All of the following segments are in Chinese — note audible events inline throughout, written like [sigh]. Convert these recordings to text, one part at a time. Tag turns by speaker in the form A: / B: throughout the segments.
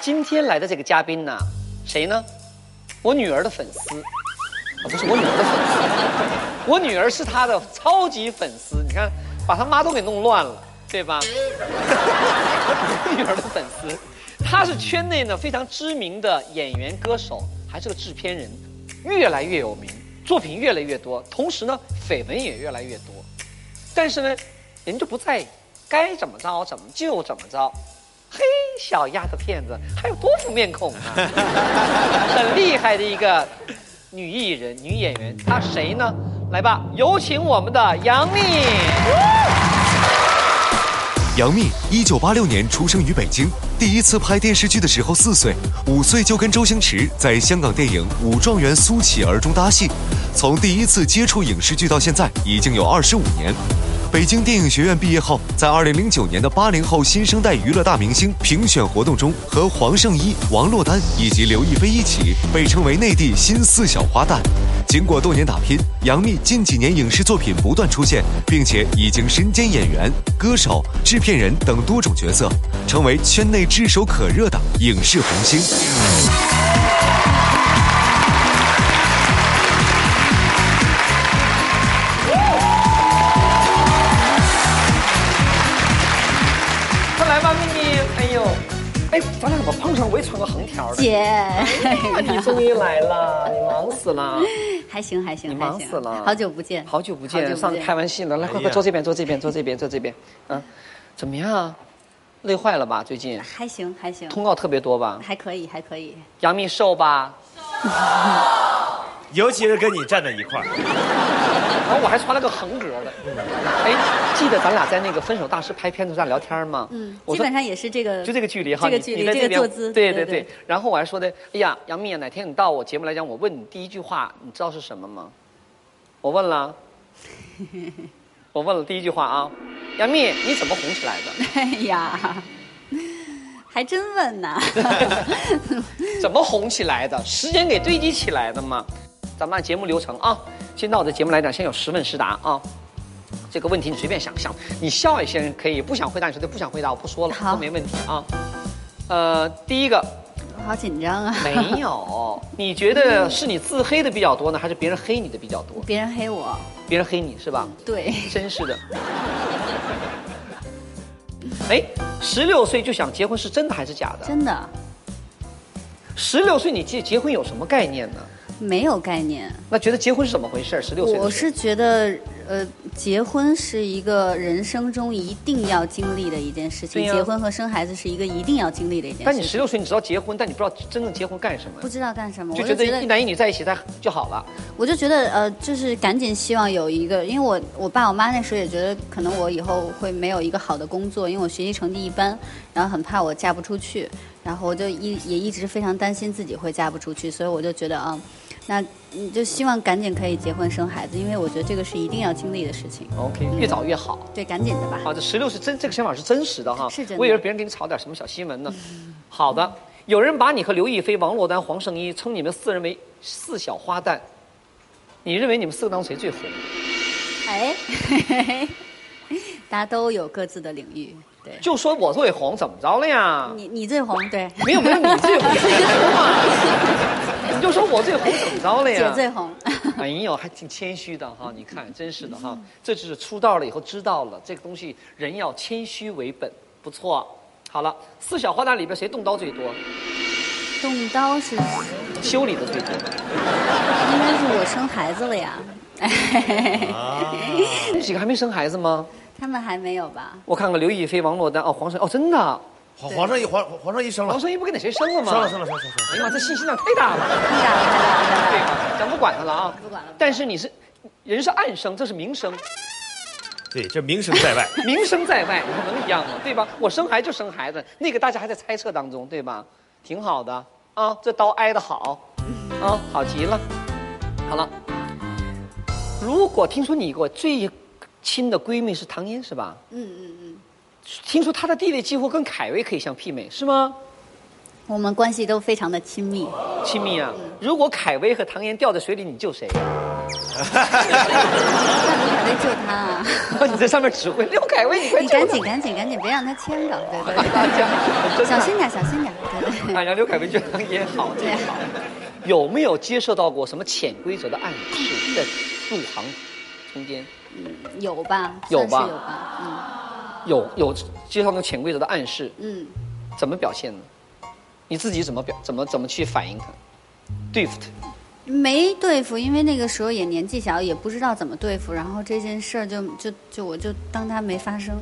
A: 今天来的这个嘉宾呢，谁呢？我女儿的粉丝，啊，不是我女儿的粉丝，我女儿是她的超级粉丝。你看，把她妈都给弄乱了，对吧？ [laughs] 我女儿的粉丝，她是圈内呢非常知名的演员、歌手，还是个制片人，越来越有名，作品越来越多，同时呢绯闻也越来越多。但是呢，人就不在意，该怎么着怎么就怎么着。嘿，小丫头片子还有多副面孔 [laughs] 啊！很厉害的一个女艺人、女演员，她谁呢？来吧，有请我们的杨幂。
B: 杨幂，一九八六年出生于北京，第一次拍电视剧的时候四岁，五岁就跟周星驰在香港电影《武状元苏乞儿》中搭戏。从第一次接触影视剧到现在，已经有二十五年。北京电影学院毕业后，在二零零九年的八零后新生代娱乐大明星评选活动中，和黄圣依、王珞丹以及刘亦菲一起被称为内地新四小花旦。经过多年打拼，杨幂近几年影视作品不断出现，并且已经身兼演员、歌手、制片人等多种角色，成为圈内炙手可热的影视红星。
A: 快来吧，幂幂！哎呦，哎，咱俩怎么碰上？我也穿个横条 [laughs] 的。
C: 姐，
A: 啊你终于来了，你忙死了，
C: 还行还
A: 你
C: 行，还
A: 忙
C: 行
A: 死了。
C: 好久不见，
A: 好久不
C: 好
A: 见。哎
C: 久
A: 上次开玩笑了，来，快快坐这边，坐这边，坐这边，坐这边。嗯，怎么样啊？累坏了吧？最近
C: 还行还行，
A: 通告特别多吧？
C: 还可以还可以，
A: 杨幂瘦吧？
D: [laughs] 尤其是跟你站在一块儿，嗯
A: 然哦后我还穿了个横格的。哎，记得咱俩在那个《分手大师》拍片子上聊天吗？
C: 嗯，
A: 我
C: 基
A: 说
C: 本上也是这个，
A: 就
C: [laughs]
A: 这个距离哈，
C: 这个
A: 你
C: 距
A: 你
C: 离
A: 在
C: 这个
A: 边
C: 坐姿，
A: 对对对。然后我还说的，哎呀，杨幂啊，哪天你到我节目来讲，我问你第一句话，你知道是什么吗？我问
C: [laughs]
A: 了，我问了第一句话啊，杨幂，你怎么红起来的？
C: 哎呀，还真
A: [laughs]
C: 问呢，
A: 怎么红起来的？时间给堆积起来的嘛。咱们按节目流程啊，先到我的节目来讲，先有十问十答啊。这个问题你随便想想，你笑一些可以，不想回答你说的不想回答，我不说了，
C: 好
A: 都没问题啊。呃，第一个，
C: 我好紧张啊。
A: 没
C: [laughs]
A: 有，你觉得是你自黑的比较多呢，还是别人黑你的比较多？
C: 别人黑我，
A: 别人黑你是吧？
C: 对，
A: 真是
C: [laughs]
A: 的。哎，十六岁就想结婚是真的还是假的？
C: 真的
A: 十六岁你结结婚有什么概念呢？
C: 没有概念。
A: 那觉得结婚是怎么回事？十六岁的
C: 我
A: 时候
C: 是觉得，呃，结婚是一个人生中一定要经历的一件事情，
A: 对呀
C: 结婚和生孩子是一个一定要经历的一件
A: 但
C: 事
A: 你
C: 情。
A: 十六岁你知道结婚，但你不知道真正结婚干什么
C: 不，知道干什么，
A: 就
C: 我
A: 觉
C: 就
A: 得
C: 觉得
A: 一男一女在一起他就好了。
C: 我就觉得呃，就是赶紧希望有一个，因为我我爸我妈那时候也觉得，可能我以后会没有一个好的工作，因为我学习成绩一般，然后很怕我嫁不出去，然后我就一也一直非常担心自己会嫁不出去，所以我就觉得啊、那你就希望赶紧可以结婚生孩子，因为我觉得这个是一定要经历的事情，
A: OK，越早越好。
C: 对，赶紧的吧。
A: 好的，十六是真，这个想法是真实的哈。
C: 是真的
A: 我以为别人给你炒点什么小新闻呢。好的，有人把你和刘亦菲、王珞丹、黄圣依称你们四人为“四小花旦”，你认为你们四个当中谁最红？
C: 哎， [laughs] 大家都有各自的领域，对。
A: 就说我最红，怎么着了呀？
C: 你你最红，对，
A: 没有没有，你最
C: [laughs]
A: 红，你最红嘛？你就说我最红，怎么着了呀？
C: 姐最红。
A: [laughs] 哎呦，还挺谦虚的哈，你看，真是的哈，这就是出道了以后知道了这个东西，人要谦虚为本，不错。好了，四小花旦里边谁动刀最多？
C: 动刀是
A: 修理的最多。
C: 应该是我生孩子
A: [laughs]
C: 了呀。
D: 啊
A: 这几个还没生孩子吗？
C: 他们还没有吧？
A: 我看看刘亦菲、王珞丹哦，黄圣哦，真的啊，
D: 皇皇上一皇皇上一生了
A: 黄，圣依不跟哪谁生了吗？
D: 生了生了生了生了，
A: 哎呀妈，这信息量太大了，
C: 太大了，太大了，太大
A: 对
C: 了！
A: 吧？咱不管他了啊，
C: 不管了不管了
A: 但是你是，人是暗生，这是明生，
D: 对，这名声在外。
A: [laughs] 明生在外，你能一样吗？对吧？我生孩子就生孩子，那个大家还在猜测当中，对吧？挺好的啊，这刀挨得好，啊，好极了。好了，如果听说你给我最亲的闺蜜是唐嫣是吧？
C: 嗯嗯嗯，
A: 听说她的地位几乎跟凯薇可以相媲美，是吗？
C: 我们关系都非常的亲密，嗯
A: 亲密啊！如果凯薇和唐嫣掉在水里，你救谁？ [laughs]
C: 那你还得救他啊！
A: 你在上面指挥刘恺威，你快
C: 你
A: 救
C: 赶
A: 他
C: 紧赶紧赶紧，别让他签到，
A: [laughs]
C: 对对
A: 真的
C: 对，小心点小心点，对对
A: 啊，让刘恺威觉得也好，这
C: 对
A: 也好。有没有接受到过什么潜规则的暗示？在入行中间
C: 对，有吧？
A: 有吧
C: 算是有吧？
A: 有有接受到那种潜规则的暗示，
C: 嗯
A: 怎么表现呢？你自己怎么表怎么怎么去反应它？对付它？
C: 嗯，没对付，因为那个时候也年纪小，也不知道怎么对付，然后这件事儿就就就我就当它没发生，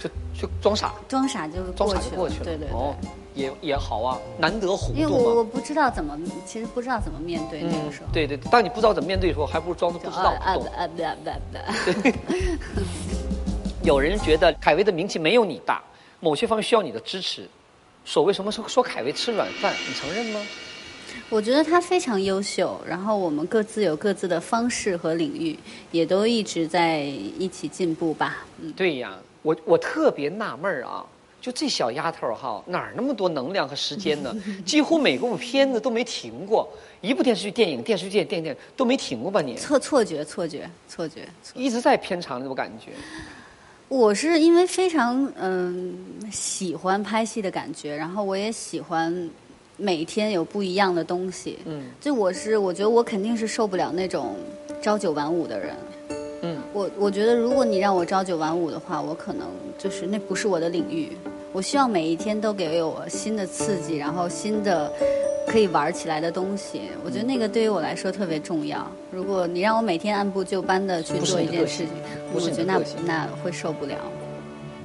A: 就就装傻，
C: 装傻就
A: 装
C: 过
A: 傻就
C: 去了，
A: 过去了。
C: 对对对。
A: 哦，也也好啊，难得糊
C: 因为我
A: 涂
C: 我
A: 嘛。嗯
C: 不知道怎么，其实不知道怎么面对那个时候。
A: 对对，当你不知道怎么面对的时候，还不如装作不
C: 嗯就
A: 知道、
C: 啊
A: 不懂。
C: 啊不啊不啊不啊！
A: 有人觉得凯威的名气没有你大，某些方面需要你的支持。所谓什么说说凯威吃软饭，你承认吗？
C: [laughs] 我觉得他非常优秀，然后我们各自有各自的方式和领域，也都一直在一起进步吧。嗯，
A: 对呀，我我特别纳闷儿啊，就这小丫头儿哈，哪儿那么多能量和时间呢？几乎每部片子都没停过，一部电视剧、电影、电视剧、电影、电影都没停过吧你？
C: 错错觉错觉错觉错觉。
A: 一直在偏长的我感觉，
C: 我是因为非常嗯、喜欢拍戏的感觉，然后我也喜欢每天有不一样的东西。
A: 嗯
C: 就我是我觉得我肯定是受不了那种朝九晚五的人。
A: 嗯，
C: 我我觉得，如果你让我朝九晚五的话，我可能就是那不是我的领域。我希望每一天都给我新的刺激，然后新的可以玩起来的东西。我觉得那个对于我来说特别重要。如果你让我每天按部就班的去
A: 不是
C: 做
A: 你
C: 一
A: 的
C: 件
A: 个
C: 事
A: 性
C: 情，
A: 不
C: 我
A: 是你
C: 觉得
A: 的
C: 那
A: 个性
C: 那会受不了。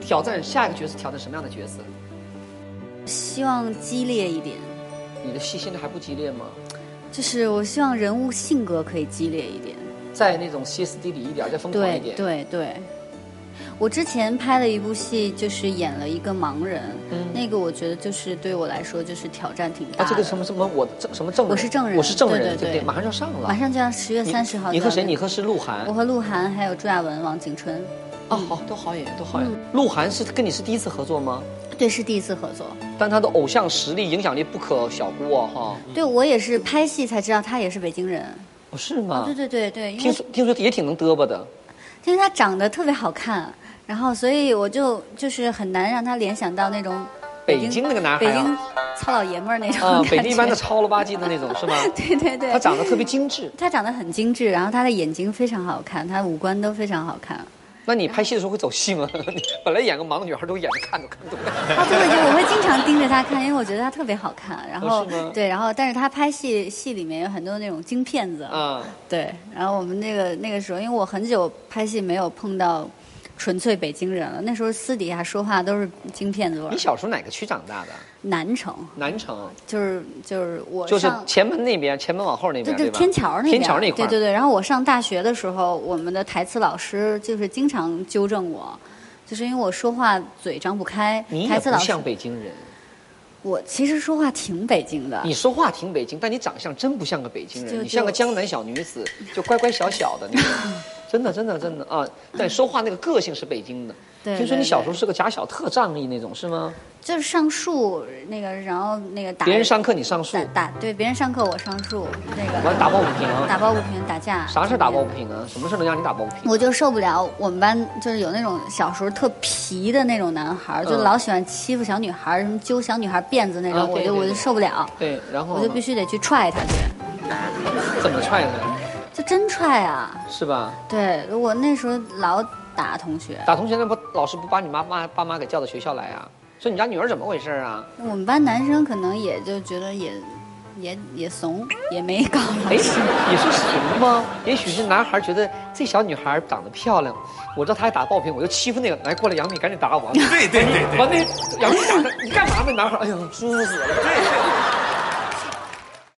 A: 挑战下一个角色挑战什么样的角色？
C: 希望激烈一点，
A: 你的戏现在还不激烈吗？
C: 就是我希望人物性格可以激烈一点。
A: 再那种歇斯底里一点，再疯狂一
C: 对
A: 点。
C: 对对，我之前拍了一部戏，就是演了一个盲人，那个我觉得就是对我来说就是挑战挺
A: 嗯
C: 大
A: 啊，
C: 的。
A: 这个什么什么，我证什么证人？
C: 我是证人
A: 我是证人，
C: 对对
A: 对不
C: 对
A: 马上就要上了。
C: 马上就要十月
A: 你
C: 三十号。
A: 你和谁？你？和是鹿晗
C: 我。和鹿晗还有朱亚文、王景春，
A: 啊，好，
C: 嗯
A: 都好演员，都好演员。鹿晗是跟你是第一次合作吗？
C: 对，是第一次合作。
A: 但他的偶像实力、影响力不可小估哦，哈。
C: 对我也是拍戏才知道他也是北京人。
A: 哦，是吗？
C: 对对对对，因
A: 听
C: 为
A: 说听说也挺能嘚吧的。
C: 因为他长得特别好看，然后所以我就就是很难让他联想到那种
A: 北京那个男孩
C: 北京
A: 啊，
C: 糙老爷们儿那种
A: 啊
C: [laughs] 感，觉。
A: 北京一般的糙了吧唧的那种是吗？
C: [laughs] 对对对，
A: 他长得特别精致。
C: 他长得很精致，然后他的眼睛非常好看，他五官都非常
A: [laughs]
C: 好看。
A: 那你拍戏的时候会走戏吗？ [laughs] 你本来演个盲女孩都演着看都看都看。
C: 啊，对，我就我会经常盯着他看，因为我觉得他特别好看。然后、
A: 哦是吗
C: 对，然后但是他拍戏戏里面有很多那种京片子，
A: 啊，
C: 对。然后我们那个那个时候，因为我很久拍戏没有碰到纯粹北京人了，那时候私底下说话都是京片子味儿
A: 你。小时候哪个区长大的？
C: 南城
A: 南城，
C: 就是就是我
A: 就是
C: 上
A: 前门那边，前门往后那
C: 对
A: 边，
C: 对，
A: 吧？
C: 天桥那边，
A: 天桥那块
C: 对
A: 儿。
C: 对对。然后我上大学的时候，我们的台词老师就是经常纠正我，就是因为我说话嘴张不开
A: 你。
C: 台
A: 也
C: 词
A: 不
C: 老师
A: 像，北京人，
C: 我其实说话挺北京的。
A: 你说话挺北京，但你长相真不像个北京
C: 就
A: 人，
C: 就
A: 你像个江南小女子，就乖乖小小的那
C: [laughs]
A: 种。真的，真的，真的啊！但说话那个个性是北京的。
C: 对
A: 听说你
C: 对
A: 小时候是个假小特仗义那种，是吗？
C: 就是上树那个，然后那个打
A: 别人上课你上树
C: 打，打对别人上课我上树，那
A: 完
C: 个
A: 打抱不平啊？
C: 打抱不平打架。
A: 啥事儿打抱不？平啊？什么事儿能让你打抱不平？
C: 我就受不了我们班就是有那种小时候特皮的那种男孩儿，就
A: 嗯
C: 老喜欢欺负小女孩儿，什么揪小女孩儿辫子那
A: 啊
C: 种，我
A: 对
C: 就
A: 对
C: 我就
A: 对
C: 受不了，
A: 对，然后
C: 我就必
A: 呢
C: 须得去踹他去。
A: 怎么踹他？
C: 就真踹啊！
A: 是吧？
C: 对我那时候老打同学，
A: 打同学那不老师不把你妈妈爸妈给叫到学校来啊？说你家女儿怎么回事儿啊？
C: 我们班男生可能也就觉得也也也怂，也没搞 [laughs]
A: 哎，
C: 老
A: 你
C: 师。
A: 是怂吗？也许是男孩觉得这小女孩长得漂亮，我知道她还打抱不平，我就欺负那个。来，过来，杨幂，赶紧打我！
D: 对对对对
A: 完那杨幂打他，你干嘛呢？男孩，哎呀，舒服死了！